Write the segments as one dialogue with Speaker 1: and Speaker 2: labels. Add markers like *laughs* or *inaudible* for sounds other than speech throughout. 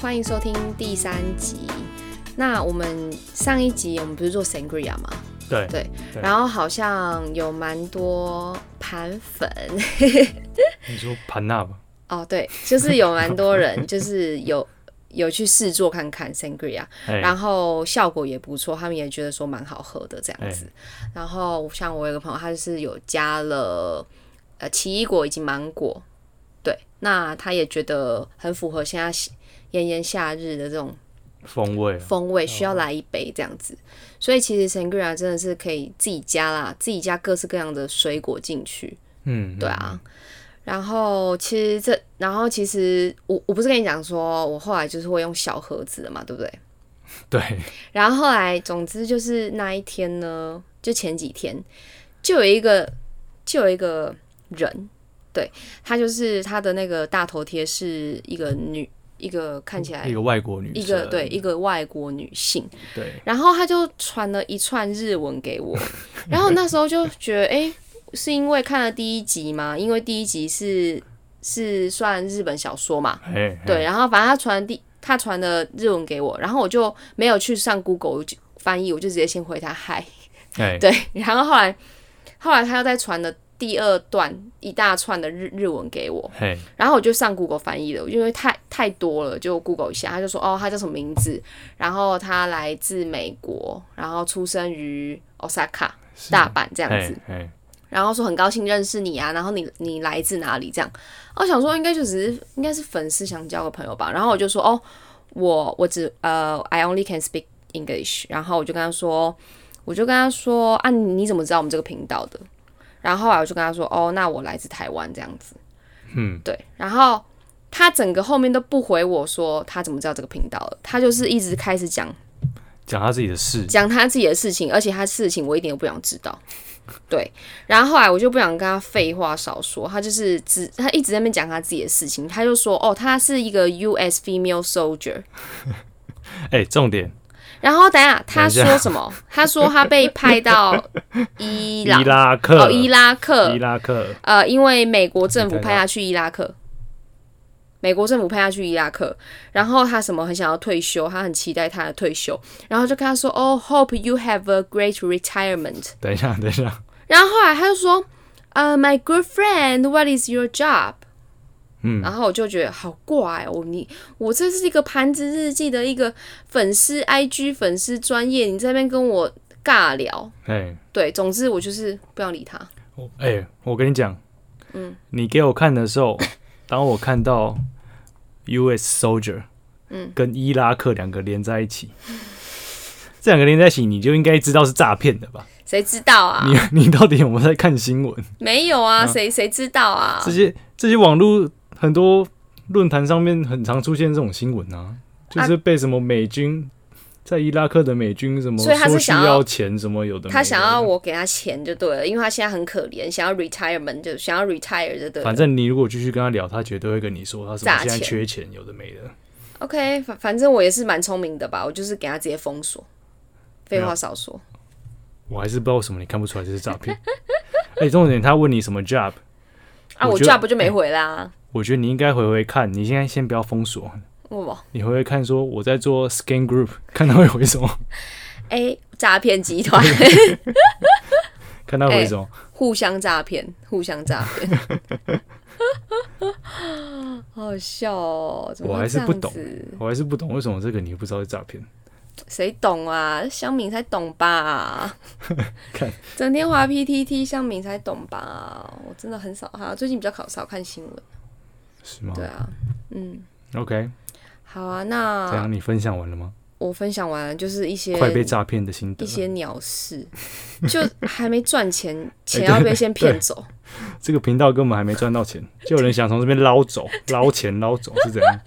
Speaker 1: 欢迎收听第三集。那我们上一集我们不是做 sangria 吗？
Speaker 2: 对
Speaker 1: 对，
Speaker 2: 对
Speaker 1: 然后好像有蛮多盘粉 *laughs*
Speaker 2: 你说盘纳吧，
Speaker 1: 哦，对，就是有蛮多人就是有有去试做看看 sangria，
Speaker 2: 哎、
Speaker 1: 然后效果也不错，他们也觉得说蛮好喝的这样子。然后像我有个朋友，他就是有加了呃奇异果以及芒果，对，那他也觉得很符合现在炎炎夏日的这种
Speaker 2: 风味啊，
Speaker 1: 风味，需要来一杯这样子。所以其实 sangria 真的是可以自己加啦，自己加各式各样的水果进去。
Speaker 2: 嗯，
Speaker 1: 对啊。然后其实这，然后其实我我不是跟你讲说，我后来就是会用小盒子的嘛，对不对？
Speaker 2: 对，
Speaker 1: 然后后来，总之就是那一天呢，就前几天，就有一个就有一个人，对他就是他的那个大头贴是一个女，一个看起来
Speaker 2: 一个外国女生，
Speaker 1: 一个对一个外国女性，
Speaker 2: 对，
Speaker 1: 然后他就传了一串日文给我，然后那时候就觉得，诶，是因为看了第一集吗？因为第一集是是算日本小说嘛，
Speaker 2: 哎，
Speaker 1: 对，然后反正他传第他传的日文给我，然后我就没有去上 Google 我就翻译，我就直接先回他嗨，
Speaker 2: 哎，
Speaker 1: 对，然后后来后来他又再传了第二段一大串的日日文给我，
Speaker 2: 哎，
Speaker 1: 然后我就上 Google 翻译了，因为太太多了，就 Google 一下，他就说哦，他叫什么名字，然后他来自美国，然后出生于 Osaka
Speaker 2: 是
Speaker 1: 大阪这样子，
Speaker 2: 哎，哎，
Speaker 1: 然后说很高兴认识你啊，然后你你来自哪里这样，我想说应该就只是应该是粉丝想交个朋友吧，然后我就说哦，我我只呃 I only can speak English，然后我就跟他说，我就跟他说啊你你怎么知道我们这个频道的？然后后来我就跟他说哦，那我来自台湾这样子，
Speaker 2: 嗯，
Speaker 1: 对，然后他整个后面都不回我说他怎么知道这个频道了，他就是一直开始讲
Speaker 2: 讲他自己的事，
Speaker 1: 讲他自己的事情，而且他事情我一点都不想知道。对，然后后来我就不想跟他废话少说，他就是只他一直在那边讲他自己的事情，他就说哦，他是一个 U.S. female soldier。
Speaker 2: 哎，重点，
Speaker 1: 然后等一下他
Speaker 2: 等一下
Speaker 1: 说什么？他说他被派到 *laughs* 伊
Speaker 2: 伊
Speaker 1: 朗
Speaker 2: 拉克，
Speaker 1: 哦，伊拉克，
Speaker 2: 伊拉克，
Speaker 1: 呃，因为美国政府
Speaker 2: 你看
Speaker 1: 派他去伊拉克，美国政府派他去伊拉克，然后他什么很想要退休，他很期待他的退休，然后就跟他说，哦、h o p e you have a great retirement。
Speaker 2: 等一下， *laughs* 等一下，
Speaker 1: 然后后来他就说，呃、m y good friend, what is your job？
Speaker 2: 嗯
Speaker 1: 然后我就觉得好怪哦，你我这是一个盘子日记的一个粉丝 IG 粉丝专业，你这边跟我尬聊，
Speaker 2: 哎，
Speaker 1: 对，总之我就是不想理他。
Speaker 2: 我哎，我跟你讲，嗯，你给我看的
Speaker 1: *laughs*
Speaker 2: 时候，当我看到 U.S. soldier，嗯，跟伊拉克两个连在一起。 *laughs* 这两个连在一起，你就应该知道是诈骗的吧？
Speaker 1: 谁知道啊？
Speaker 2: 你 *laughs* 嗯你到底有没有在看新闻？
Speaker 1: 没有啊，谁谁知道啊？
Speaker 2: 这些这些网络很多论坛上面很常出现这种新闻啊，就是被什么美军在伊拉克的美军什么
Speaker 1: 所以他是
Speaker 2: 说需
Speaker 1: 想要
Speaker 2: 要钱什么有的没的，
Speaker 1: 他想要我给他钱就对了，因为他现在很可怜，想要 retirement 就想要 retire 就对了。
Speaker 2: 反正你如果继续跟他聊，他绝对会跟你说他什
Speaker 1: 诈
Speaker 2: 么现在
Speaker 1: 钱
Speaker 2: 缺钱有的没的。
Speaker 1: OK，反反正我也是蛮聪明的吧，我就是给他直接封锁。废话少说，
Speaker 2: 我还是不知道为什么你看不出来这是诈骗。 *laughs* 哎，重点他问你什么 job，
Speaker 1: 啊，
Speaker 2: 我
Speaker 1: 我
Speaker 2: 觉得
Speaker 1: job 就没回啦。
Speaker 2: 我觉得你应该回回看，你现在先不要封锁，
Speaker 1: 为什么？
Speaker 2: 你回回看说我在做 scan group，看他 *laughs* 会回什么，
Speaker 1: 哎，诈骗集
Speaker 2: *laughs*
Speaker 1: 团
Speaker 2: 看他回什么。
Speaker 1: 互相诈骗，互相诈骗， *laughs* 好好笑哦！怎么
Speaker 2: 我
Speaker 1: 会
Speaker 2: 还是
Speaker 1: 这样
Speaker 2: 不懂
Speaker 1: 子
Speaker 2: 我还是不懂为什么这个你不知道是诈骗。
Speaker 1: 谁懂啊？乡民才懂吧？
Speaker 2: 看，
Speaker 1: 整天滑 PTT，乡民才懂吧？我真的很少哈，最近比较考少看新闻。
Speaker 2: 哦是吗
Speaker 1: 对啊，嗯，
Speaker 2: ？OK，
Speaker 1: 好啊，
Speaker 2: 这
Speaker 1: 那
Speaker 2: 样你分享完了吗？
Speaker 1: 我分享完就是一些
Speaker 2: 快被诈骗的心得
Speaker 1: 一。些鸟事，就还没赚
Speaker 2: *laughs*
Speaker 1: 钱，钱要被先骗走。
Speaker 2: 这个频道根本还没赚
Speaker 1: *laughs*
Speaker 2: 到钱，就有人想从这边捞走、捞钱、捞走是怎样？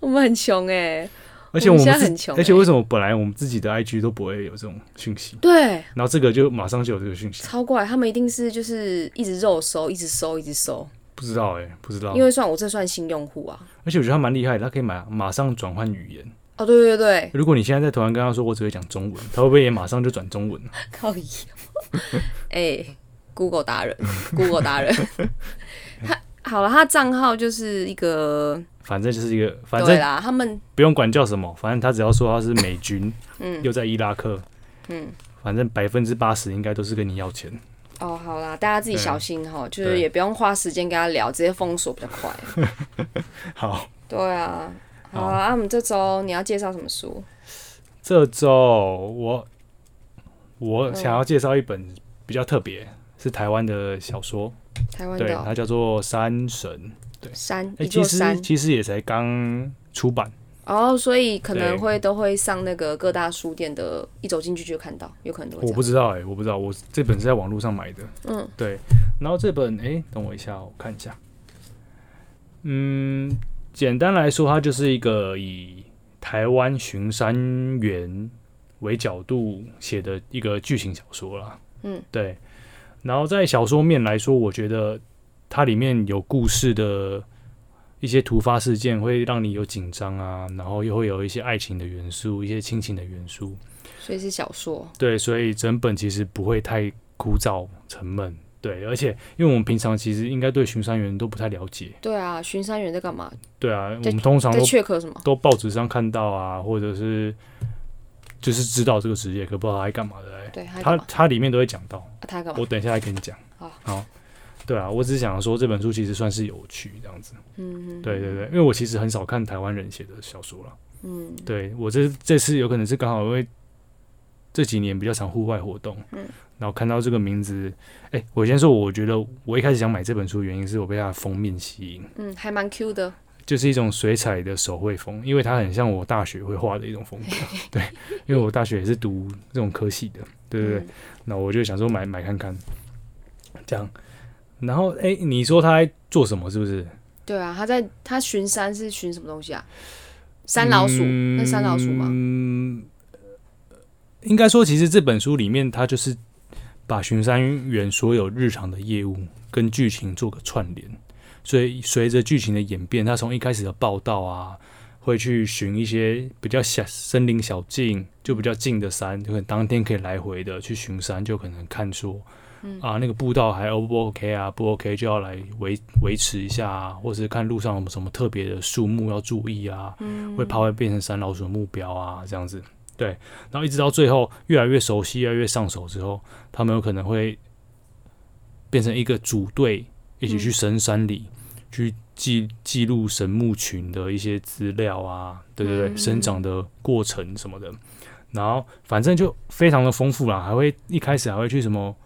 Speaker 1: 我们很穷哎、
Speaker 2: 而且
Speaker 1: 我
Speaker 2: 我
Speaker 1: 们
Speaker 2: 们
Speaker 1: 现在
Speaker 2: 自
Speaker 1: 很穷
Speaker 2: 而且
Speaker 1: 欸
Speaker 2: 为什么本来我们自己的 IG 都不会有这种讯息，
Speaker 1: 对，
Speaker 2: 然后这个就马上就有这个讯息？
Speaker 1: 超怪，他们一定是就是一直肉收，一直收，一直收，
Speaker 2: 不知道哎、不知道
Speaker 1: 因。为算我这算新用户啊。
Speaker 2: 而且我觉得他蛮厉害的，他可以马马上转换语言。
Speaker 1: 哦，对对对，
Speaker 2: 如果你现在在台湾跟他说我只会讲中文，他会不会也马上就转中文？
Speaker 1: 靠腰，哎、g o o g l e 达人，Google 达人，他好了，他账号就是一个，
Speaker 2: 反正就是一个，反
Speaker 1: 对
Speaker 2: 正
Speaker 1: 啦，他们
Speaker 2: 不用管叫什么，反正他只要说他是美军，嗯，又在伊拉克，
Speaker 1: 嗯，
Speaker 2: 反正百分之八十应该都是跟你要钱。
Speaker 1: 哦，好啦，大家自己
Speaker 2: 对啊
Speaker 1: 小心哈，就是
Speaker 2: 对
Speaker 1: 也不用花时间跟他聊，直接封锁比较快。
Speaker 2: 好，
Speaker 1: 对啊，好
Speaker 2: 好
Speaker 1: 啊，那我们这周你要介绍什么书？
Speaker 2: 这周我
Speaker 1: 嗯
Speaker 2: 我想要介绍一本比较特别，是台湾的小说，
Speaker 1: 台湾
Speaker 2: 对，
Speaker 1: 的哦
Speaker 2: 它叫做《山神》。
Speaker 1: 山，
Speaker 2: 哎、
Speaker 1: 一
Speaker 2: 其
Speaker 1: 座山
Speaker 2: 实其实也才刚出版，
Speaker 1: 哦，所以可能
Speaker 2: 对
Speaker 1: 会都会上那个各大书店的，一走进去就看到，有可能都会
Speaker 2: 我
Speaker 1: 这
Speaker 2: 不
Speaker 1: 样。
Speaker 2: 知道哎、我不知道，我这本是在网络上买的。
Speaker 1: 嗯，
Speaker 2: 对。然后这本哎、等我一下哦，我看一下。嗯，简单来说，它就是一个以台湾巡山员为角度写的一个剧情小说啦。
Speaker 1: 嗯，
Speaker 2: 对。然后在小说面来说，我觉得它里面有故事的一些突发事件，会让你有紧张啊，然后又会有一些爱情的元素，一些亲情的元素。
Speaker 1: 所以是小说，
Speaker 2: 对，所以整本其实不会太枯燥沉闷。对，而且因为我们平常其实应该对巡山员都不太了解，
Speaker 1: 对啊，巡山员在干嘛？
Speaker 2: 对啊，我
Speaker 1: 在
Speaker 2: 们通常
Speaker 1: 在
Speaker 2: 都
Speaker 1: 缺课什么？
Speaker 2: 都报纸上看到啊，或者是就是知道这个职业，可不知道他在干嘛的、欸。
Speaker 1: 对，他在
Speaker 2: 他
Speaker 1: 干嘛？
Speaker 2: 他里面都会讲到，
Speaker 1: 啊他在干嘛
Speaker 2: 我？等一下再跟你讲。
Speaker 1: 好
Speaker 2: 对啊，我只是想说这本书其实算是有趣这样子。
Speaker 1: 嗯，嗯
Speaker 2: 对对，对，因为我其实很少看台湾人写的小说了。
Speaker 1: 嗯，
Speaker 2: 对我这这次有可能是刚好因为这几年比较常户外活动，
Speaker 1: 嗯
Speaker 2: 然后看到这个名字，哎、我先说，我觉得我一开始想买这本书的原因是我被它的封面吸引，
Speaker 1: 嗯，还蛮 Q 的，
Speaker 2: 就是一种水彩的手绘风，因为它很像我大学会画的一种风格，对，因为我大学也是读这种科系的，对对对，
Speaker 1: 嗯
Speaker 2: 那、我就想说买买看看，这样，然后哎、你说他在做什么是不是？
Speaker 1: 对啊，他在他巡山是巡什么东西啊？山老鼠，那山老鼠吗？
Speaker 2: 嗯，应该说，其实这本书里面，它就是把巡山员所有日常的业务跟剧情做个串联，所以随着剧情的演变，他从一开始的报道啊，会去寻一些比较小森林小径，就比较近的山，就可能当天可以来回的去巡山，就可能看说。啊，那个步道还 O 不 OK 啊？不 OK 就要来维维持一下啊，或是看路上有没有什么特别的树木要注意啊，
Speaker 1: 嗯
Speaker 2: 会怕会变成山老鼠的目标啊，这样子。对，然后一直到最后越来越熟悉、越来越上手之后，他们有可能会变成一个组队，一起去深山里、
Speaker 1: 嗯
Speaker 2: 去记记录神木群的一些资料啊，对对对，
Speaker 1: 嗯
Speaker 2: 生长的过程什么的。然后反正就非常的丰富啦，还会一开始还会去什么，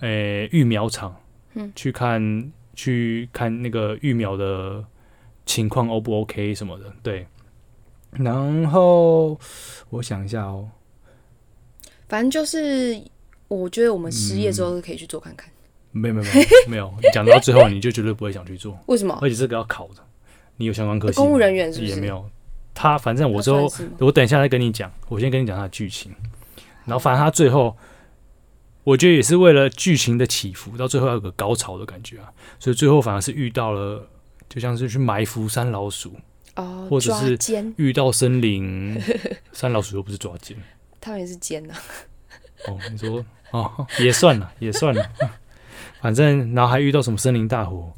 Speaker 2: 诶、育苗场，
Speaker 1: 嗯
Speaker 2: 去看去看那个育苗的情况 O 不 OK 什么的，对。然后我想一下哦，
Speaker 1: 反正就是，我觉得我们失业之后可以去做看看。
Speaker 2: 没
Speaker 1: *laughs*
Speaker 2: 有没有没有没有，你讲到最后你就绝对不会想去做，
Speaker 1: 为什么？
Speaker 2: 而且这个要考的，你有相关科系
Speaker 1: 哦
Speaker 2: 吗
Speaker 1: 公务人员是不是？
Speaker 2: 哎也没有。他反正我之
Speaker 1: 他
Speaker 2: 后
Speaker 1: 算是吗
Speaker 2: 我等一下再跟你讲，我先跟你讲他的剧情，然后反正他最后，我觉得也是为了剧情的起伏，到最后要有个高潮的感觉啊，所以最后反而是遇到了，就像是去埋伏山老鼠，
Speaker 1: 哦，
Speaker 2: 或者
Speaker 1: 抓
Speaker 2: 是
Speaker 1: 奸，
Speaker 2: 遇到
Speaker 1: *laughs*
Speaker 2: 森林，山老鼠又不是抓奸
Speaker 1: 他们也是奸呐、啊
Speaker 2: 哦，你说哦也算了也算了，反正然后还遇到什么森林大火，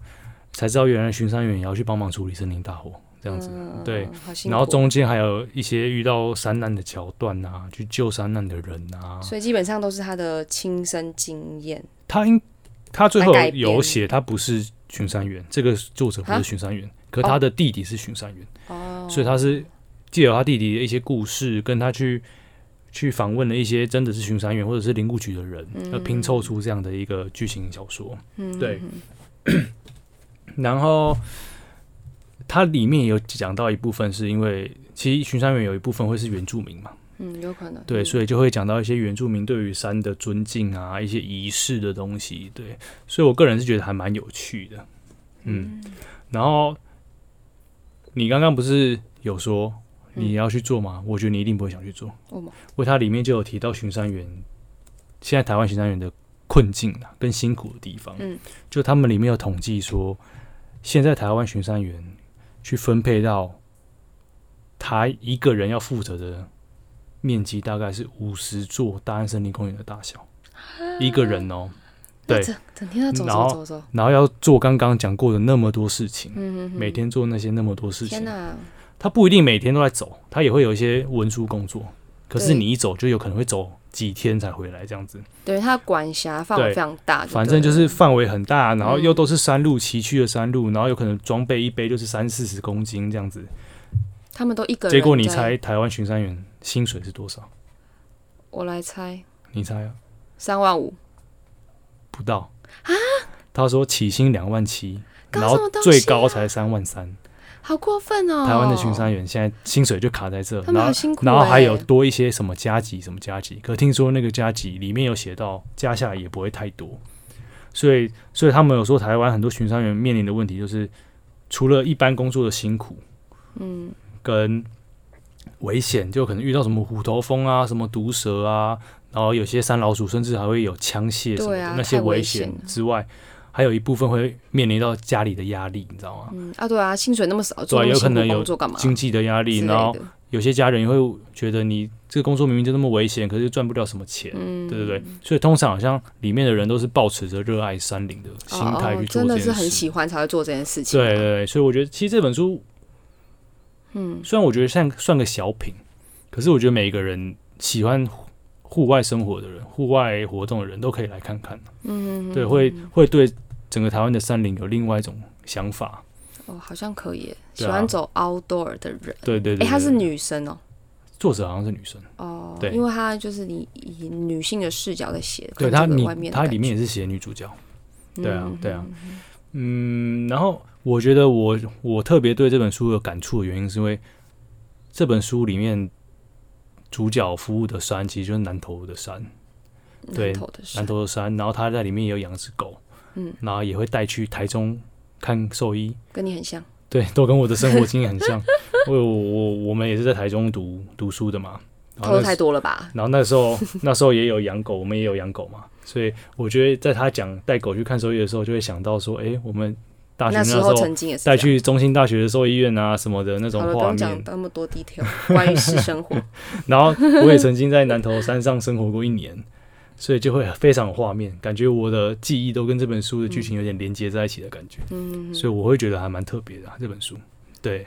Speaker 2: 才知道原来巡山员也要去帮忙处理森林大火这样子，
Speaker 1: 嗯
Speaker 2: 对，
Speaker 1: 好辛苦。
Speaker 2: 然后，中间还有一些遇到山难的桥段啊，去救山难的人啊。
Speaker 1: 所以基本上都是他的亲身经验。
Speaker 2: 他应他最后
Speaker 1: 来改编
Speaker 2: 有写他不是巡山员，这个作者不
Speaker 1: 啊
Speaker 2: 是巡山员，可他的弟弟是巡山员，
Speaker 1: 哦，
Speaker 2: 所以他是借由他弟弟的一些故事，跟他去去访问了一些真的是巡山员或者是林务局的人，而拼凑出这样的一个剧情小说。
Speaker 1: 嗯
Speaker 2: 对
Speaker 1: 嗯
Speaker 2: 然后它里面有讲到一部分，是因为其实巡山员有一部分会是原住民嘛。
Speaker 1: 嗯，有可能。
Speaker 2: 对，
Speaker 1: 嗯
Speaker 2: 所以就会讲到一些原住民对于山的尊敬啊，一些仪式的东西。对，所以我个人是觉得还蛮有趣的。嗯，然后你刚刚不是有说你要去做吗？我觉得你一定不会想去做，
Speaker 1: 嗯为什么
Speaker 2: 因为它里面就有提到巡山员，现在台湾巡山员的困境啊，跟辛苦的地方。
Speaker 1: 嗯，
Speaker 2: 就他们里面有统计说，现在台湾巡山员去分配到他一个人要负责的
Speaker 1: 啊
Speaker 2: 面积大概是五十座大安森林公园的大小，一个人哦。对，
Speaker 1: 整整天在走
Speaker 2: 然
Speaker 1: 走
Speaker 2: 后
Speaker 1: 走走，
Speaker 2: 然后要做刚刚讲过的那么多事情，
Speaker 1: 嗯哼哼，
Speaker 2: 每天做那些那么多事
Speaker 1: 天
Speaker 2: 情，
Speaker 1: 哪，
Speaker 2: 他不一定每天都在走，他也会有一些文书工作，可是
Speaker 1: 对
Speaker 2: 你一走就有可能会走几天才回来这样子，
Speaker 1: 对他管辖范围非
Speaker 2: 对
Speaker 1: 常大，
Speaker 2: 反正就
Speaker 1: 对了嗯
Speaker 2: 是范围很大，然后又都是山路崎岖的山路，然后有可能装备一背就是三四十公斤这样子，
Speaker 1: 他们都一个人。
Speaker 2: 结果你猜，台湾巡山员薪水是多少？
Speaker 1: 我来猜，
Speaker 2: 你猜啊？
Speaker 1: 三万五，
Speaker 2: 不到啊？他说起薪两万七，
Speaker 1: 搞
Speaker 2: 然后
Speaker 1: 什么东西啊
Speaker 2: 最高才三万三。
Speaker 1: 好过分哦！
Speaker 2: 台湾的巡山员现在薪水就卡在这，
Speaker 1: 他们
Speaker 2: 然
Speaker 1: 好
Speaker 2: 后
Speaker 1: 辛苦
Speaker 2: 然后还
Speaker 1: 欸
Speaker 2: 有多一些什么加急什么加急，可听说那个加急里面有写到加下来也不会太多，所以所以他们有说台湾很多巡山员面临的问题就是，除了一般工作的辛苦，
Speaker 1: 嗯，
Speaker 2: 跟危险，就可能遇到什么虎头蜂啊、什么毒蛇啊，然后有些山老鼠，甚至还会有枪械什么
Speaker 1: 对
Speaker 2: 的、
Speaker 1: 啊
Speaker 2: 那些
Speaker 1: 太危
Speaker 2: 危
Speaker 1: 险
Speaker 2: 险
Speaker 1: 了
Speaker 2: 之外，还有一部分会面临到家里的压力，你知道吗？
Speaker 1: 嗯啊，对啊，薪水那么少，做那么
Speaker 2: 对啊，有可
Speaker 1: 辛苦
Speaker 2: 能有
Speaker 1: 工作干嘛？
Speaker 2: 经济的压力，
Speaker 1: 之类
Speaker 2: 然后
Speaker 1: 的，
Speaker 2: 有些家人也会觉得你这个工作明明就那么危险，可是赚不了什么钱，
Speaker 1: 嗯，
Speaker 2: 对对对，所以通常好像里面的人都是抱持着热爱山林的心
Speaker 1: 哦
Speaker 2: 态去
Speaker 1: 哦
Speaker 2: 做
Speaker 1: 真
Speaker 2: 这
Speaker 1: 的
Speaker 2: 件
Speaker 1: 是很
Speaker 2: 事。
Speaker 1: 喜欢才会做这件事情。啊
Speaker 2: 对对，对，所以我觉得其实这本书
Speaker 1: 嗯，
Speaker 2: 虽然我觉得像算个小品，可是我觉得每个人喜欢户户外生活的人、户外活动的人都可以来看看。
Speaker 1: 嗯，
Speaker 2: 对，会会对整个台湾的山林有另外一种想法。
Speaker 1: 哦，好像可以耶，喜
Speaker 2: 对啊
Speaker 1: 欢走 outdoor 的人。
Speaker 2: 对对对
Speaker 1: 哎，她是
Speaker 2: 对
Speaker 1: 女生哦，
Speaker 2: 作者好像是女生，
Speaker 1: 哦，
Speaker 2: 对
Speaker 1: 因为她就是你以女性的视角在写，
Speaker 2: 对
Speaker 1: 她
Speaker 2: 她你
Speaker 1: 外面的
Speaker 2: 她
Speaker 1: 感
Speaker 2: 里
Speaker 1: 觉，
Speaker 2: 面也是写女主角。对啊
Speaker 1: 嗯
Speaker 2: 对啊，嗯，然后我觉得我我特别对这本书有感触的原因，是因为这本书里面主角服务的山其实就是南投的山。对
Speaker 1: 南投嗯的
Speaker 2: 南
Speaker 1: 山，
Speaker 2: 投的山，然后他在里面也有养只狗，
Speaker 1: 嗯，
Speaker 2: 然后也会带去台中看兽医，
Speaker 1: 跟你很像，
Speaker 2: 对，都跟我的生活经验很
Speaker 1: *laughs*
Speaker 2: 像。我有我我们也是在台中读读书的嘛，然
Speaker 1: 偷
Speaker 2: 后
Speaker 1: 的
Speaker 2: 那
Speaker 1: 太
Speaker 2: 时
Speaker 1: 多了吧？
Speaker 2: 然后那时候那时候也有养狗，我们也有养狗嘛，所以我觉得在他讲带狗去看兽医的时候，就会想到说，诶，我们大学
Speaker 1: 那
Speaker 2: 那
Speaker 1: 时
Speaker 2: 时
Speaker 1: 候
Speaker 2: 候
Speaker 1: 曾经也是这
Speaker 2: 带
Speaker 1: 样。
Speaker 2: 去中心大学的兽医院啊什么的那种
Speaker 1: 好了，不
Speaker 2: 画
Speaker 1: 用讲
Speaker 2: 面，
Speaker 1: 那么多 detail 关于私生活。 *laughs*
Speaker 2: 然后我也曾经在南头山上生活过一年，所以就会非常有画面，感觉我的记忆都跟这本书的剧情有点连接在一起的感觉，
Speaker 1: 嗯，
Speaker 2: 所以我会觉得还蛮特别的、啊、这本书。对，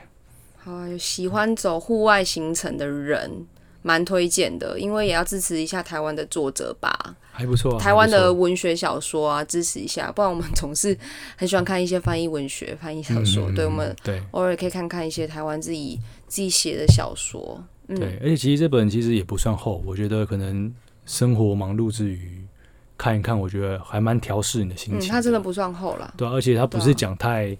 Speaker 1: 好啊，有喜欢走户外行程的人，蛮推荐的，因为也要支持一下台湾的作者吧，
Speaker 2: 还不错、啊。
Speaker 1: 台湾的
Speaker 2: 还不错
Speaker 1: 文学小说啊，支持一下，不然我们总是很喜欢看一些翻译文学、翻译小说，
Speaker 2: 嗯
Speaker 1: 对我们
Speaker 2: 对
Speaker 1: 偶尔可以看看一些台湾自己自己写的小说。嗯，
Speaker 2: 对，而且其实这本其实也不算厚，我觉得可能生活忙碌之余看一看，我觉得还蛮调试你的心
Speaker 1: 嗯，
Speaker 2: 情。
Speaker 1: 它真的不算厚啦，
Speaker 2: 对啊、而且它不
Speaker 1: 对
Speaker 2: 是
Speaker 1: 啊
Speaker 2: 讲太、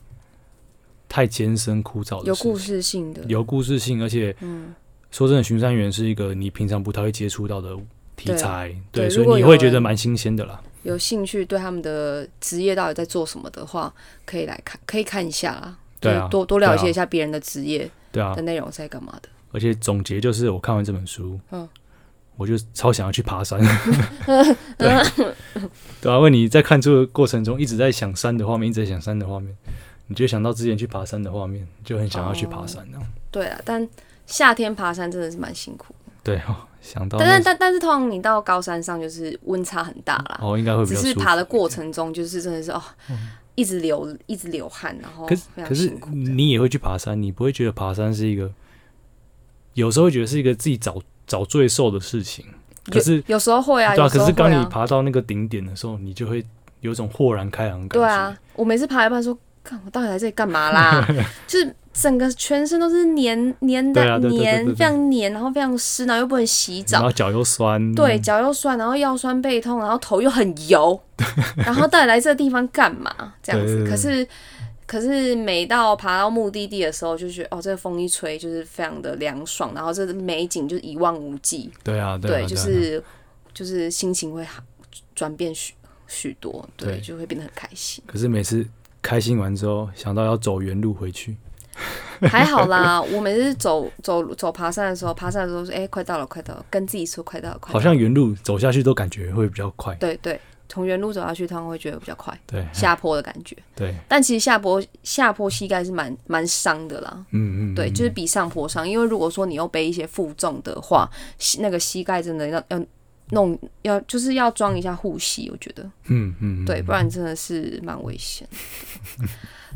Speaker 2: 太艰深枯燥的
Speaker 1: 有
Speaker 2: 事
Speaker 1: 故
Speaker 2: 情
Speaker 1: 事性的。
Speaker 2: 有故事性，而且
Speaker 1: 嗯，
Speaker 2: 说真的，巡山员是一个你平常不太会接触到的题材，
Speaker 1: 对对
Speaker 2: 对，所
Speaker 1: 如果
Speaker 2: 以你
Speaker 1: 有
Speaker 2: 会觉
Speaker 1: 人
Speaker 2: 得蛮新鲜的啦。
Speaker 1: 有兴趣对他们的职业到底在做什么的话，可以来看，可以看一下啦。
Speaker 2: 对啊
Speaker 1: 就是多多了
Speaker 2: 对
Speaker 1: 解
Speaker 2: 啊
Speaker 1: 一下别人的职业
Speaker 2: 对啊
Speaker 1: 的，内容是在干嘛的。
Speaker 2: 而且总结就是，我看完这本书，
Speaker 1: 嗯
Speaker 2: 我就超想要
Speaker 1: *laughs*
Speaker 2: 去爬山。对，对啊，因为你在看书的过程中一直在想山的画面，一直在想山的画面，你就想到之前去爬山的画面，就很想要去爬山那样。
Speaker 1: 对啊，但夏天爬山真的是蛮辛苦，
Speaker 2: 对哦，想到
Speaker 1: 但但
Speaker 2: 那
Speaker 1: 但但是通常你到高山上就是温差很大啦，
Speaker 2: 哦，应该会比
Speaker 1: 只
Speaker 2: 较
Speaker 1: 是
Speaker 2: 舒服。嗯
Speaker 1: 爬的过程中就是真的是哦，一直流一直流汗，然后
Speaker 2: 可是
Speaker 1: 非
Speaker 2: 可
Speaker 1: 常
Speaker 2: 是
Speaker 1: 辛苦。
Speaker 2: 你也会去爬山，你不会觉得爬山是一个，有时候会觉得是一个自己找找罪受的事情。可是
Speaker 1: 有时候会啊，
Speaker 2: 对啊，
Speaker 1: 有时
Speaker 2: 可
Speaker 1: 候会
Speaker 2: 是当你
Speaker 1: 啊，
Speaker 2: 爬到那个顶点的时候，你就会有一种豁然开朗的感觉。
Speaker 1: 对啊，我每次爬一半说，看我到底来这里干嘛
Speaker 2: *laughs*
Speaker 1: 啦？就是整个全身都是黏黏
Speaker 2: 对
Speaker 1: 的
Speaker 2: 啊对对对
Speaker 1: 黏，
Speaker 2: 对对
Speaker 1: 非常黏，然后非常湿，然后又不能洗
Speaker 2: 然
Speaker 1: 澡，
Speaker 2: 后脚又酸，
Speaker 1: 对，，脚又酸，然后腰酸背痛，然后头又很
Speaker 2: *laughs*
Speaker 1: 油，然后到底来这个地方干嘛？这样子，
Speaker 2: 对对对
Speaker 1: 可是。可是每到爬到目的地的时候，就觉得哦，这个风一吹就是非常的凉爽，然后这个美景就是一望无际，
Speaker 2: 对啊，对啊，
Speaker 1: 对，
Speaker 2: 啊
Speaker 1: 就
Speaker 2: 啊
Speaker 1: 是就是心情会好转变许许多，对，
Speaker 2: 对。
Speaker 1: 就会变得很开心
Speaker 2: 可是每次开心完之后，想到要走原路回去， *laughs*
Speaker 1: 还好啦，我每次走走走爬山的时候，爬山的时候说，哎、快到了，快到了，跟自己说快到了，快到
Speaker 2: 好
Speaker 1: 了。
Speaker 2: 像原路走下去都感觉会比较快，
Speaker 1: 对对，从原路走下去，他们会觉得比较快，
Speaker 2: 对，
Speaker 1: 下坡的感觉。
Speaker 2: 对，
Speaker 1: 但其实下坡下坡膝盖是蛮蛮伤的啦，
Speaker 2: 嗯嗯，
Speaker 1: 对，
Speaker 2: 嗯
Speaker 1: 就是比上坡伤，因为如果说你又背一些负重的话，膝那个膝盖真的要要弄要就是要装一下护膝，我觉得
Speaker 2: 嗯嗯，嗯
Speaker 1: 对，不然真的是蛮危险的。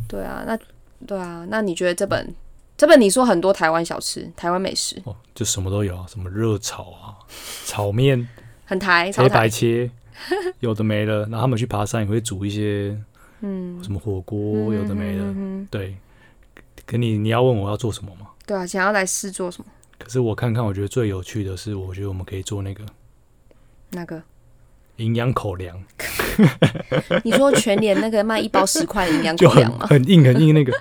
Speaker 1: 对啊，那对啊，那你觉得这本这本你说很多台湾小吃、台湾美食
Speaker 2: 哦，就什么都有啊，什么热炒啊、炒面、
Speaker 1: 很台超
Speaker 2: 黑白
Speaker 1: 台，
Speaker 2: 切， *laughs* 有的没了。然后他们去爬山也会煮一些
Speaker 1: 嗯，
Speaker 2: 什么火锅，有的没
Speaker 1: 嗯
Speaker 2: 了
Speaker 1: 哼。哼
Speaker 2: 对，可你你要问我要做什么吗？
Speaker 1: 对啊，想要来试做什么？
Speaker 2: 可是我看看，我觉得最有趣的是，我觉得我们可以做那个
Speaker 1: 那个？
Speaker 2: 营养口粮，
Speaker 1: 你说全年那个卖一包十块的营养
Speaker 2: 就
Speaker 1: 口粮
Speaker 2: 很 *laughs*
Speaker 1: 吗？
Speaker 2: 很硬很硬那个。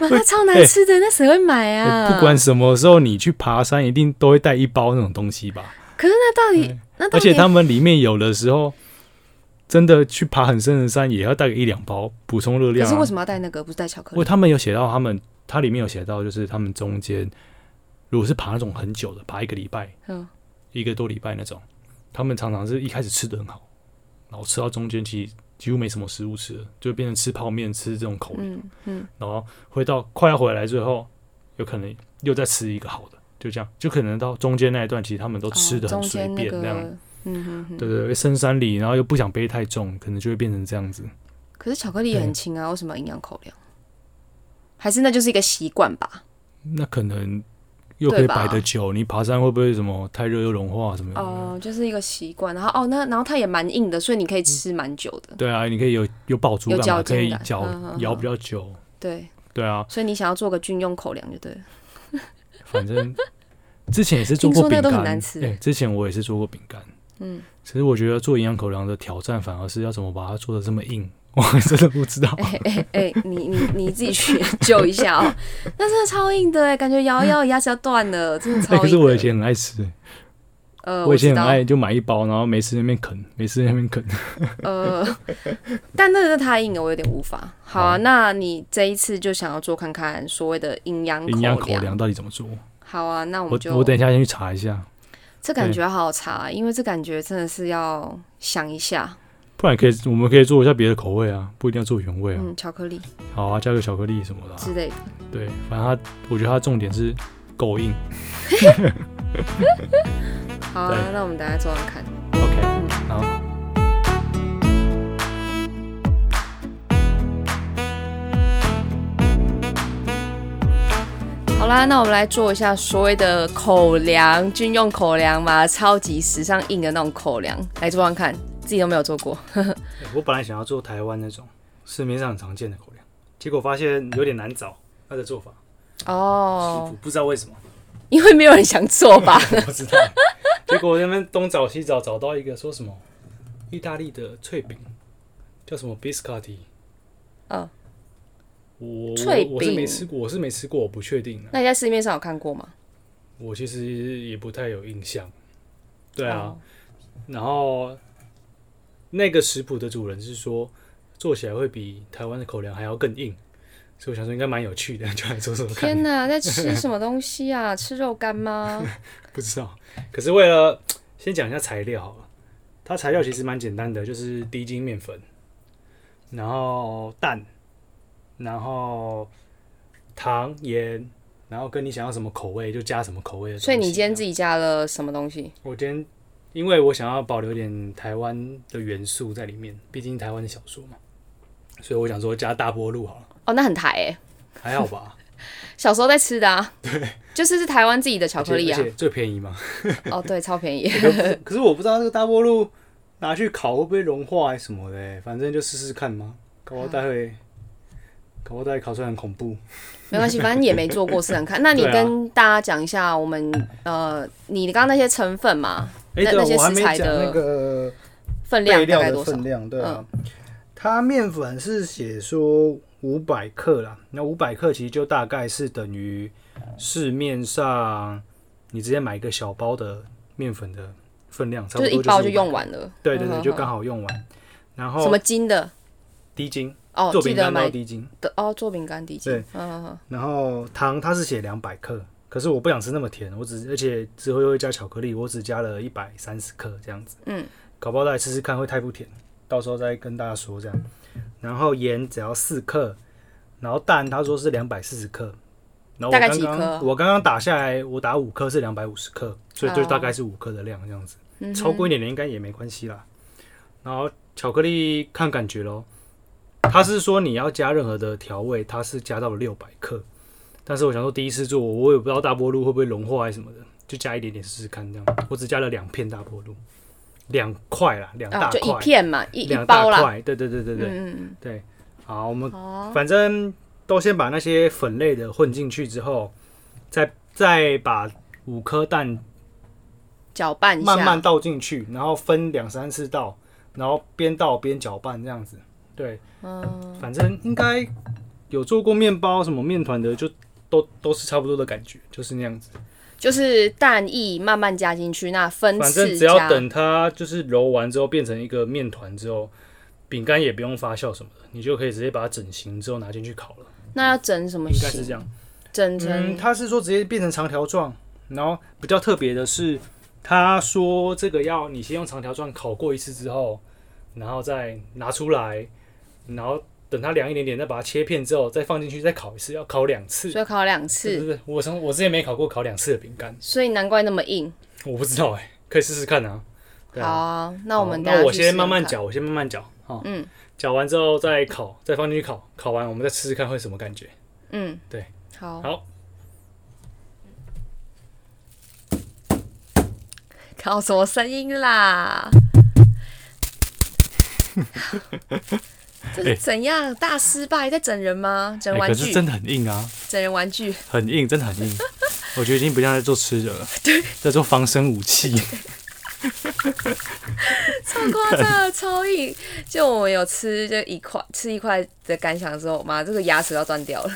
Speaker 1: 哇，那超难吃的，那谁会买啊？
Speaker 2: 哎不管什么时候你去爬山，一定都会带一包那种东西吧。
Speaker 1: 可是那到底那到
Speaker 2: 哎
Speaker 1: 底
Speaker 2: 而且他们里面有的时候真的去爬很深的山，也要带个一两包补充热
Speaker 1: 可
Speaker 2: 量、啊。
Speaker 1: 是为什么要带那个？不是带巧克
Speaker 2: 因为
Speaker 1: 力？
Speaker 2: 他们有写到，他们它里面有写到，就是他们中间如果是爬那种很久的，爬一个礼拜、
Speaker 1: 嗯，
Speaker 2: 一个多礼拜那种，他们常常是一开始吃的很好，然后吃到中间其实几乎没什么食物吃了，就变成吃泡面、吃这种口粮，
Speaker 1: 嗯嗯，
Speaker 2: 然后会到快要回来最后，有可能又再吃一个好的，就这样，就可能到中间那一段，其实他们都吃
Speaker 1: 哦
Speaker 2: 的
Speaker 1: 中
Speaker 2: 很随
Speaker 1: 间那
Speaker 2: 便
Speaker 1: 个
Speaker 2: 这样。，
Speaker 1: 嗯哼哼。
Speaker 2: 对对对，深山里，然后又不想背太重，可能就会变成这样子。
Speaker 1: 可是巧克力也很轻啊，为什么要营养口粮？还是那就是一个习惯吧？
Speaker 2: 那可能又可以
Speaker 1: 对吧
Speaker 2: 摆得久，你爬山会不会什么太热又融化什么的？
Speaker 1: 哦、就是一个习惯。然后哦，那然后它也蛮硬的，所以你可以吃蛮久的。
Speaker 2: 对啊，你可以有有饱足感
Speaker 1: 有
Speaker 2: 嘛，
Speaker 1: 嚼劲
Speaker 2: 可以
Speaker 1: 感
Speaker 2: 嚼
Speaker 1: 嗯嗯嗯
Speaker 2: 咬比较久。
Speaker 1: 对，
Speaker 2: 对啊，
Speaker 1: 所以你想要做个军用口粮就对了。
Speaker 2: 反正之前也是做过
Speaker 1: 听说
Speaker 2: 饼
Speaker 1: 那个都很
Speaker 2: 干，
Speaker 1: 难吃
Speaker 2: 对之前我也是做过饼干。
Speaker 1: 嗯，
Speaker 2: 其实我觉得做营养口粮的挑战反而是要怎么把它做的这么硬， *laughs* 我还真的不知道。
Speaker 1: 哎哎哎，你你你自己去研究一下哦。那真的超硬的哎，感觉摇一摇牙齿要断了，真的超
Speaker 2: 哎，
Speaker 1: 硬的。
Speaker 2: *laughs* 可是我以前很爱吃，
Speaker 1: 呃，
Speaker 2: 我以前
Speaker 1: 知
Speaker 2: 很
Speaker 1: 道
Speaker 2: 爱就买一包，然后没事在那边啃，没事在那边啃。
Speaker 1: 呃，但那个真的太硬了，我有点无法。好啊，那你这一次就想要做看看所谓的营养
Speaker 2: 营养口
Speaker 1: 口粮。
Speaker 2: 粮到底怎么做？
Speaker 1: 好啊，那我
Speaker 2: 我
Speaker 1: 们就
Speaker 2: 我等一下先去查一下，
Speaker 1: 这感觉好好查，啊因为这感觉真的是要想一下。
Speaker 2: 不然可以我们可以做一下别的口味啊，不一定要做原味啊。
Speaker 1: 嗯，巧克力
Speaker 2: 好啊，加个巧克力什么的啊、
Speaker 1: 之类的。
Speaker 2: 对，反正它，我觉得它重点是够硬。
Speaker 1: 好啊
Speaker 2: 对，
Speaker 1: 那我们等下做做看。
Speaker 2: OK，好。
Speaker 1: 嗯好啦，那我们来做一下所谓的口粮，军用口粮嘛，超级时尚硬的那种口粮，来做做看，自己都没有做过。
Speaker 2: 我本来想要做台湾那种市面上很常见的口粮，结果发现有点难找它的做法，
Speaker 1: 哦，
Speaker 2: 不知道为什么，
Speaker 1: 因为没有人想做吧？
Speaker 2: 我不知道。 *laughs* 结果我在那边东找西找，找到一个说什么意大利的脆饼，叫什么 biscotti。
Speaker 1: 嗯。
Speaker 2: 我
Speaker 1: 脆
Speaker 2: 我我是没
Speaker 1: 饼
Speaker 2: 吃过，我是没吃过，我不确定、啊。
Speaker 1: *laughs* 那你在市面上有看过吗？
Speaker 2: 我其实也不太有印象。对啊，
Speaker 1: 哦
Speaker 2: 然后那个食谱的主人是说，做起来会比台湾的口粮还要更硬，所以我想说应该蛮有趣的，就来做做看。
Speaker 1: 天哪，在吃什么东西啊？吃肉干
Speaker 2: *laughs*
Speaker 1: 吗？
Speaker 2: 不知道，可是为了先讲一下材料好了，它材料其实蛮简单的，就是低筋面粉，然后蛋，然后糖、盐，然后跟你想要什么口味就加什么口味的东西。
Speaker 1: 所以你今天自
Speaker 2: 己，
Speaker 1: 己加了什么东西？
Speaker 2: 我今天因为我想要保留点台湾的元素在里面，毕竟台湾的小说嘛，所以我想说加大波路好了，
Speaker 1: 哦，那很台哎、*laughs*
Speaker 2: 还好吧？
Speaker 1: 小时候在吃的啊，对，就是是台湾自己的巧克力啊
Speaker 2: 而且，而且最便
Speaker 1: *laughs*
Speaker 2: 宜嘛。
Speaker 1: 哦，对，超便宜， *laughs*
Speaker 2: 可是我不知道这个大波路拿去烤会不会融化还是什么的、反正就试试看嘛。搞不好待会，搞不好待会烤出来很恐怖。
Speaker 1: 没关系，反正也没做过，试很看。那你
Speaker 2: 对啊
Speaker 1: 跟大家讲一下，我们呃，你刚刚那些成分嘛，
Speaker 2: 哎、
Speaker 1: 那
Speaker 2: 对啊
Speaker 1: 那些
Speaker 3: 我还
Speaker 1: 食
Speaker 3: 没
Speaker 1: 材
Speaker 3: 讲
Speaker 1: 的
Speaker 3: 那个
Speaker 1: 分量
Speaker 3: 备
Speaker 1: 大
Speaker 3: 料
Speaker 1: 概
Speaker 3: 的
Speaker 1: 多少嗯
Speaker 3: 分？量，对啊，它面粉是写说五百克啦，那五百克其实就大概是等于市面上你直接买一个小包的面粉的分量，差
Speaker 1: 就
Speaker 3: 不
Speaker 1: 是
Speaker 3: 多
Speaker 1: 一包
Speaker 3: 就
Speaker 1: 就是
Speaker 3: 500
Speaker 1: 用，完了。
Speaker 3: 对对对，
Speaker 1: 嗯
Speaker 3: 就刚好用完。然
Speaker 1: 什
Speaker 3: 后
Speaker 1: 么金的
Speaker 3: 低筋
Speaker 1: 哦，
Speaker 2: 做
Speaker 1: 记
Speaker 2: 饼
Speaker 1: 得
Speaker 2: 干
Speaker 1: 买
Speaker 2: 到低筋，
Speaker 1: 的哦，做饼干底筋。
Speaker 3: 对
Speaker 1: 嗯嗯嗯，
Speaker 3: 然后糖它是写两百克，可是我不想吃那么甜，我只而且之后又会加巧克力，我只加了一百三十克这样子。
Speaker 1: 嗯，
Speaker 3: 搞不好再试试看会太不甜，到时候再跟大家说这样。然后盐只要四克，然后蛋他说是两百四十克，然后我
Speaker 1: 大概
Speaker 3: 刚
Speaker 1: 几克啊哦
Speaker 3: 刚我刚刚打下来，我打五克是两百五十克，所以就大概是五克的量这样子。
Speaker 1: 嗯
Speaker 3: 超过一点点应该也没关系啦。然后巧克力看感觉咯，他是说你要加任何的调味，它是加到了六百克，但是我想说第一次做，我也不知道大波露会不会融化还是什么的，就加一点点试试看这样。我只加了两片大波露，两块啦，两
Speaker 1: 啊，
Speaker 3: 大
Speaker 1: 就
Speaker 3: 块，
Speaker 1: 一片嘛，一一
Speaker 3: 两
Speaker 1: 包
Speaker 3: 大
Speaker 1: 啦。
Speaker 3: 块，对对对对对。
Speaker 1: 嗯，
Speaker 3: 对，好，我们
Speaker 1: 哦，
Speaker 3: 反正都先把那些粉类的混进去之后，再再把五颗蛋
Speaker 1: 搅拌一下，
Speaker 3: 慢慢倒进去，然后分两三次倒，然后边倒边搅拌这样子。对，
Speaker 1: 嗯，
Speaker 3: 反正应该有做过面包什么面团的，就都都是差不多的感觉，就是那样子。
Speaker 1: 就是蛋液慢慢加进去，那分
Speaker 3: 反正
Speaker 1: 次
Speaker 3: 只要
Speaker 1: 加。
Speaker 3: 等它就是揉完之后变成一个面团之后，饼干也不用发酵什么的，你就可以直接把它整形之后拿进去烤了，
Speaker 1: 那要整什么
Speaker 3: 应
Speaker 1: 形？
Speaker 3: 该是这样。
Speaker 1: 整
Speaker 3: 嗯，
Speaker 1: 成
Speaker 3: 他是说直接变成长条状，然后比较特别的是，他说这个要你先用长条状烤过一次之后，然后再拿出来，然后等它凉一点点，再把它切片之后再放进去再烤一次，要烤两次。
Speaker 1: 所以烤两
Speaker 3: 对
Speaker 1: 次，
Speaker 3: 对对，我从我之前没烤过烤两次的饼干，
Speaker 1: 所以难怪那么硬。
Speaker 3: 我不知道哎、可以试试看啊。对
Speaker 1: 好
Speaker 3: 啊，
Speaker 1: 啊，那我们
Speaker 3: 好
Speaker 1: 等下
Speaker 3: 那我
Speaker 1: 去试
Speaker 3: 先
Speaker 1: 试
Speaker 3: 慢慢
Speaker 1: 看。
Speaker 3: 搅，我先慢慢搅，好，
Speaker 1: 嗯
Speaker 3: 搅完之后再烤，再放进去烤，烤完我们再吃吃看会什么感觉。
Speaker 1: 嗯，
Speaker 3: 对，
Speaker 1: 好，
Speaker 3: 好，
Speaker 1: 搞什么声音
Speaker 2: *laughs*
Speaker 1: 啦？这是怎样大失败？在整人吗？整
Speaker 2: 哎、
Speaker 1: 玩
Speaker 2: 可是
Speaker 1: 具？
Speaker 2: 真的很硬啊，
Speaker 1: 整人玩
Speaker 2: *laughs*
Speaker 1: 具？
Speaker 2: 很硬，真的
Speaker 1: *laughs*
Speaker 2: 很硬。我觉得已经不像在做吃的了，在做防身武器。
Speaker 1: 超夸张的，超硬！就我们有吃，就一块吃一块的感想之后，妈，这个牙齿要断掉了。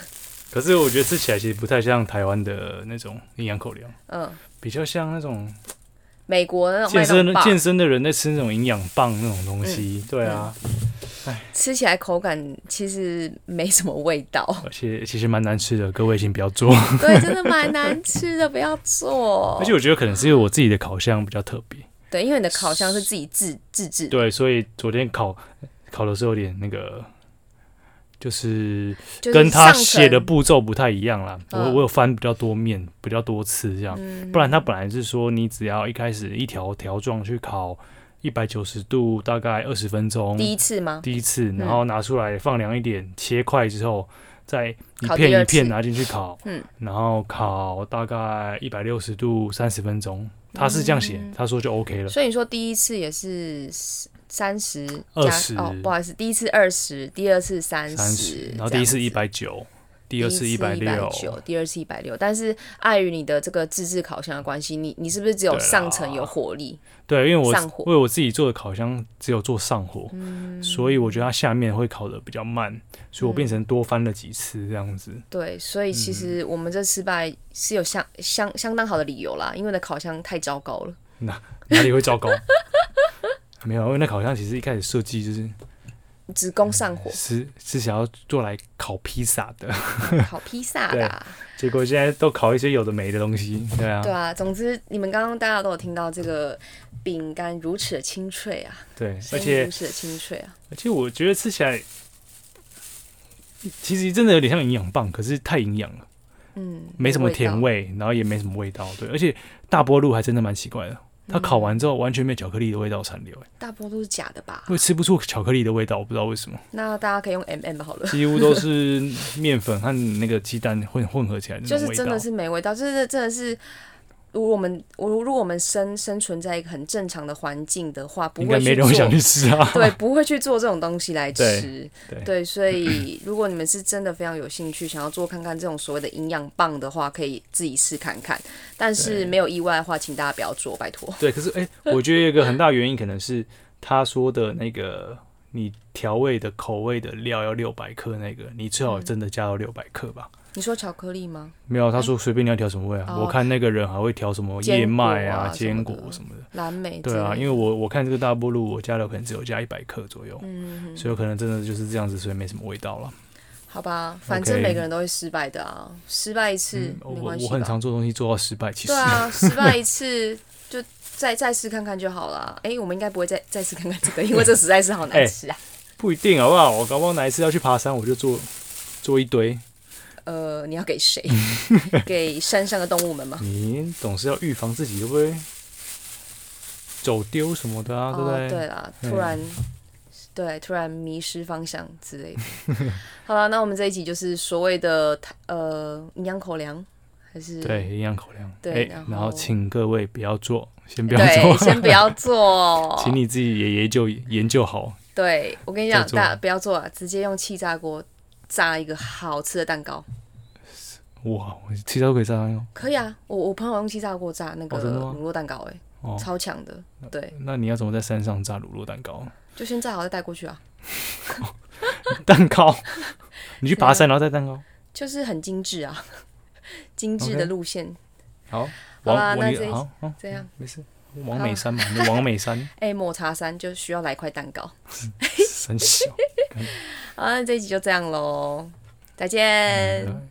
Speaker 2: 可是我觉得吃起来其实不太像台湾的那种营养口粮，
Speaker 1: 嗯，
Speaker 2: 比较像那种
Speaker 1: 美国那种
Speaker 2: 健
Speaker 1: 麦
Speaker 2: 身
Speaker 1: 当
Speaker 2: 的
Speaker 1: 棒，嗯
Speaker 2: 健身的人在吃那种营养棒那种东西。对啊，
Speaker 1: 吃起来口感其实没什么味道。
Speaker 2: 而且其实蛮难吃的，各位请不要做。 *laughs*
Speaker 1: 对，真的蛮难吃的，不要做
Speaker 2: 而。且我觉得可能是因为我自己的烤箱比较特别，
Speaker 1: 对，因为你的烤箱是自己自自制的，
Speaker 2: 对，所以昨天烤烤的时候有点那个，就是
Speaker 1: 就是
Speaker 2: 跟他
Speaker 1: 上层
Speaker 2: 写的步骤不太一样啦。我
Speaker 1: 嗯
Speaker 2: 我有翻比较多面，比较多次这样，不然他本来是说你只要一开始一条条状去烤一百九十度，大概二十分钟，
Speaker 1: 第一次嗯吗？
Speaker 2: 第一次，然后拿出来放凉一点，切块之后，再一
Speaker 1: 烤第
Speaker 2: 片
Speaker 1: 二
Speaker 2: 一片
Speaker 1: 次
Speaker 2: 拿进去烤，
Speaker 1: 嗯，
Speaker 2: 然后烤大概一百六十度三十分钟，他是这样
Speaker 1: 嗯
Speaker 2: 写，他说就 OK 了。
Speaker 1: 所以你说第一次也是三十
Speaker 2: 20
Speaker 1: 加哦，不好意思，第一次二十，第二次三
Speaker 2: 三十，然后第一次一，百九，
Speaker 1: 这
Speaker 2: 第
Speaker 1: 样
Speaker 2: 二
Speaker 1: 子
Speaker 2: 次
Speaker 1: 第
Speaker 2: 一百六，
Speaker 1: 九，第二次一百六。但是碍于你的这个自制烤箱的关系，你你是不是只有
Speaker 2: 对啦
Speaker 1: 上层有火力？
Speaker 2: 对，因为我
Speaker 1: 上火嗯
Speaker 2: 为我自己做的烤箱只有做上火，所以我觉得它下面会烤的比较慢，所以我变成多翻了几次这样子。
Speaker 1: 对，所以其实
Speaker 2: 嗯
Speaker 1: 我们这失败是有相相相当好的理由啦，因为我的烤箱太糟糕了。
Speaker 2: 哪哪里会糟糕？ *laughs* 没有，因为那烤箱其实一开始设计就是，
Speaker 1: 只供上火
Speaker 2: 是是想要做来烤披萨的，
Speaker 1: 烤披萨的啊、
Speaker 2: 结果现在都烤一些有的没的东西，对啊，
Speaker 1: 对啊，总之你们刚刚大家都有听到这个饼干如此的清脆啊，
Speaker 2: 对，
Speaker 1: 声
Speaker 2: 而
Speaker 1: 音
Speaker 2: 且
Speaker 1: 如此的清脆啊，
Speaker 2: 而且我觉得吃起来其实真的有点像营养棒，可是太营养了，
Speaker 1: 嗯，
Speaker 2: 没什么甜
Speaker 1: 味道。
Speaker 2: 味，然后也没什么味道，对，而且大波路还真的蛮奇怪的。
Speaker 1: 嗯
Speaker 2: 它烤完之后完全没有巧克力的味道残留、欸，
Speaker 1: 大波都是假的吧？
Speaker 2: 我吃不出巧克力的味道，我不知道为
Speaker 1: *laughs*
Speaker 2: 什么，
Speaker 1: 那大家可以用 M、m 好了，
Speaker 2: 几乎都是面粉和那个鸡蛋混混合起来的
Speaker 1: 就
Speaker 2: 那
Speaker 1: 是
Speaker 2: 种味
Speaker 1: 真
Speaker 2: 道
Speaker 1: 的。是没味道，就是真的是。如果我们我如果我们生生存在一个很正常的环境的话，不
Speaker 2: 应该
Speaker 1: 会
Speaker 2: 没
Speaker 1: 去
Speaker 2: 人
Speaker 1: 做
Speaker 2: 会想去吃 *laughs* 啊。
Speaker 1: *laughs* 对，不会去做这种东西来吃。
Speaker 2: 对对
Speaker 1: 所以如果你们是真的非常有兴趣，想要做看看这种所谓的营养棒的话，可以自己试看看。但是
Speaker 2: 对
Speaker 1: 没有意外的话，请大家不要做，拜托。
Speaker 2: 对，可是哎、我觉得有一个很大原因可能是他说的那个你调味的口味的料要六百克，那个你最
Speaker 1: 嗯
Speaker 2: 好真的加到六百克吧。
Speaker 1: 你说巧克力吗？
Speaker 2: 没有，他说随便你要调什么味啊，
Speaker 1: 嗯哦
Speaker 2: 我看那个人还会调什么
Speaker 1: 坚
Speaker 2: 燕麦
Speaker 1: 果啊
Speaker 2: 坚
Speaker 1: 什
Speaker 2: 果
Speaker 1: 么的
Speaker 2: 什么的。
Speaker 1: 蓝莓之类
Speaker 2: 对
Speaker 1: 的？
Speaker 2: 啊，因为我我看这个大波路，我加料可能只有加一百克左右，
Speaker 1: 嗯，
Speaker 2: 所以有可能真的就是这样子，所以没什么味道了。
Speaker 1: 好吧，反正每个人都会失败的啊，失败一次、
Speaker 2: 嗯，
Speaker 1: 没
Speaker 2: 我
Speaker 1: 关
Speaker 2: 我
Speaker 1: 系
Speaker 2: 很
Speaker 1: 吧？
Speaker 2: 常做东西做到失败，其实
Speaker 1: 对啊，失败一次就再再试看看就好
Speaker 2: *laughs*
Speaker 1: 了。哎、我们应该不会再再试看看这个，因为这实在是好难
Speaker 2: 哎
Speaker 1: 吃啊。
Speaker 2: *laughs* 不一定好不好？我搞不好哪一次要去爬山，我就做做一堆。
Speaker 1: 呃，你要给谁？ *laughs* 给山上的动物们吗？
Speaker 2: 你总是要预防自己会不会走丢什么的啊，对不
Speaker 1: 哦，
Speaker 2: 对？
Speaker 1: 对啦，
Speaker 2: 嗯
Speaker 1: 突然，对，突然迷失方向之类的。 *laughs* 好了，那我们这一集就是所谓的呃营养口粮，还是
Speaker 2: 对，营养口粮。
Speaker 1: 对
Speaker 2: 哎
Speaker 1: 然
Speaker 2: 然
Speaker 1: 后
Speaker 2: 后请各位不要
Speaker 1: *laughs*
Speaker 2: 做，先不要 *laughs*
Speaker 1: 对，哦
Speaker 2: 做，
Speaker 1: 先不要做。
Speaker 2: *laughs* 请你自己也研究研究好。
Speaker 1: 对我跟你讲
Speaker 2: 再，做
Speaker 1: 大家不要做啊，直接用气炸锅炸一个好吃的蛋糕。
Speaker 2: 哇，我其他都可以这样用
Speaker 1: 可以啊，我我朋友用气炸锅炸那个
Speaker 2: 哦真的吗
Speaker 1: 乳酪蛋糕、欸，
Speaker 2: 哦。
Speaker 1: 超强的。对，
Speaker 2: 那你要怎么在山上炸乳酪蛋糕？ *laughs*
Speaker 1: 就先炸好再带过去啊，*laughs*
Speaker 2: 蛋糕，你去爬山然后再蛋糕。
Speaker 1: 就是很精致啊， *laughs* 精致的
Speaker 2: OK
Speaker 1: 路线。
Speaker 2: 好，
Speaker 1: 好啦
Speaker 2: 王我
Speaker 1: 那
Speaker 2: 你
Speaker 1: 这一
Speaker 2: 好好
Speaker 1: 这样，
Speaker 2: 没事，王美山嘛，那王美
Speaker 1: *laughs*
Speaker 2: 山
Speaker 1: 哎、抹茶山就需要来块蛋糕。
Speaker 2: 很小。
Speaker 1: 好，那这一集就这样喽，再见。
Speaker 2: 嗯